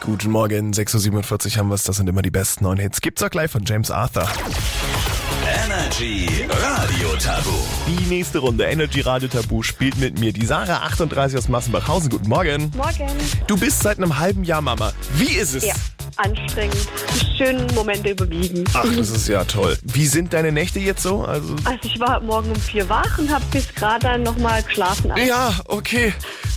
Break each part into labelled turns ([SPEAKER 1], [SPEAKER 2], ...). [SPEAKER 1] Guten Morgen, 6.47 Uhr haben wir es, das sind immer die besten neuen Hits. Gibt's auch gleich von James Arthur.
[SPEAKER 2] Energy Radio Tabu.
[SPEAKER 1] Die nächste Runde Energy Radio Tabu spielt mit mir die Sarah 38 aus Massenbachhausen. Guten Morgen.
[SPEAKER 3] Morgen.
[SPEAKER 1] Du bist seit einem halben Jahr Mama. Wie ist es?
[SPEAKER 3] Ja, anstrengend. Die schönen Momente überwiegen.
[SPEAKER 1] Ach, das ist ja toll. Wie sind deine Nächte jetzt so? Also
[SPEAKER 3] Also ich war heute Morgen um vier wach und habe bis gerade dann nochmal geschlafen. Also
[SPEAKER 1] ja, okay.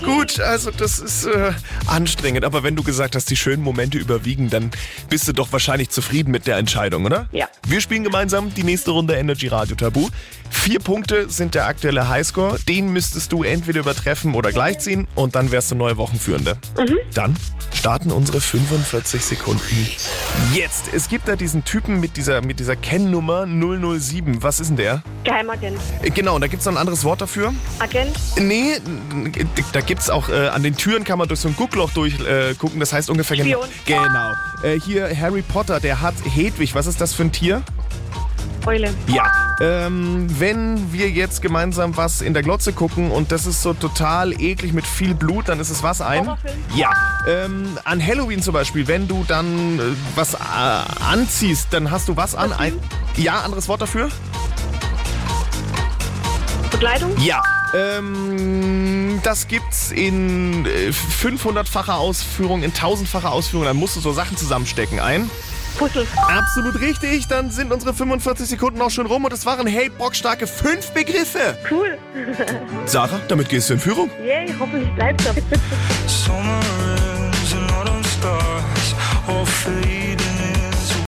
[SPEAKER 1] Gut, also das ist äh, anstrengend. Aber wenn du gesagt hast, die schönen Momente überwiegen, dann bist du doch wahrscheinlich zufrieden mit der Entscheidung, oder?
[SPEAKER 3] Ja.
[SPEAKER 1] Wir spielen gemeinsam die nächste Runde Energy Radio Tabu. Vier Punkte sind der aktuelle Highscore. Den müsstest du entweder übertreffen oder gleichziehen und dann wärst du neue Wochenführende. Dann starten unsere 45 Sekunden jetzt. Es gibt da diesen Typen mit dieser, mit dieser Kennnummer 007. Was ist denn der?
[SPEAKER 3] Geheimagent.
[SPEAKER 1] Äh, Genau, und da gibt es noch ein anderes Wort dafür.
[SPEAKER 3] Agent?
[SPEAKER 1] Nee, n- n- da gibt's auch äh, an den Türen kann man durch so ein Guckloch durchgucken. Äh, gucken. das heißt ungefähr
[SPEAKER 3] Spion.
[SPEAKER 1] genau. Genau. Äh, hier Harry Potter, der hat Hedwig. Was ist das für ein Tier?
[SPEAKER 3] Eule.
[SPEAKER 1] Ja. Ähm, wenn wir jetzt gemeinsam was in der Glotze gucken und das ist so total eklig mit viel Blut, dann ist es was ein?
[SPEAKER 3] Horrorfilm.
[SPEAKER 1] Ja. Ähm, an Halloween zum Beispiel, wenn du dann äh, was äh, anziehst, dann hast du was an? Ein, ja, anderes Wort dafür?
[SPEAKER 3] Bekleidung?
[SPEAKER 1] Ja. Ähm, das gibt's in äh, 500-facher Ausführung, in 1000-facher Ausführung. Dann musst du so Sachen zusammenstecken ein.
[SPEAKER 3] Puzzle.
[SPEAKER 1] Absolut richtig. Dann sind unsere 45 Sekunden auch schon rum und es waren hey bockstarke fünf Begriffe.
[SPEAKER 3] Cool.
[SPEAKER 1] Sarah, damit gehst du in Führung.
[SPEAKER 3] Yay, hoffentlich bleibt's so.
[SPEAKER 4] Summer ends and autumn starts, all fading in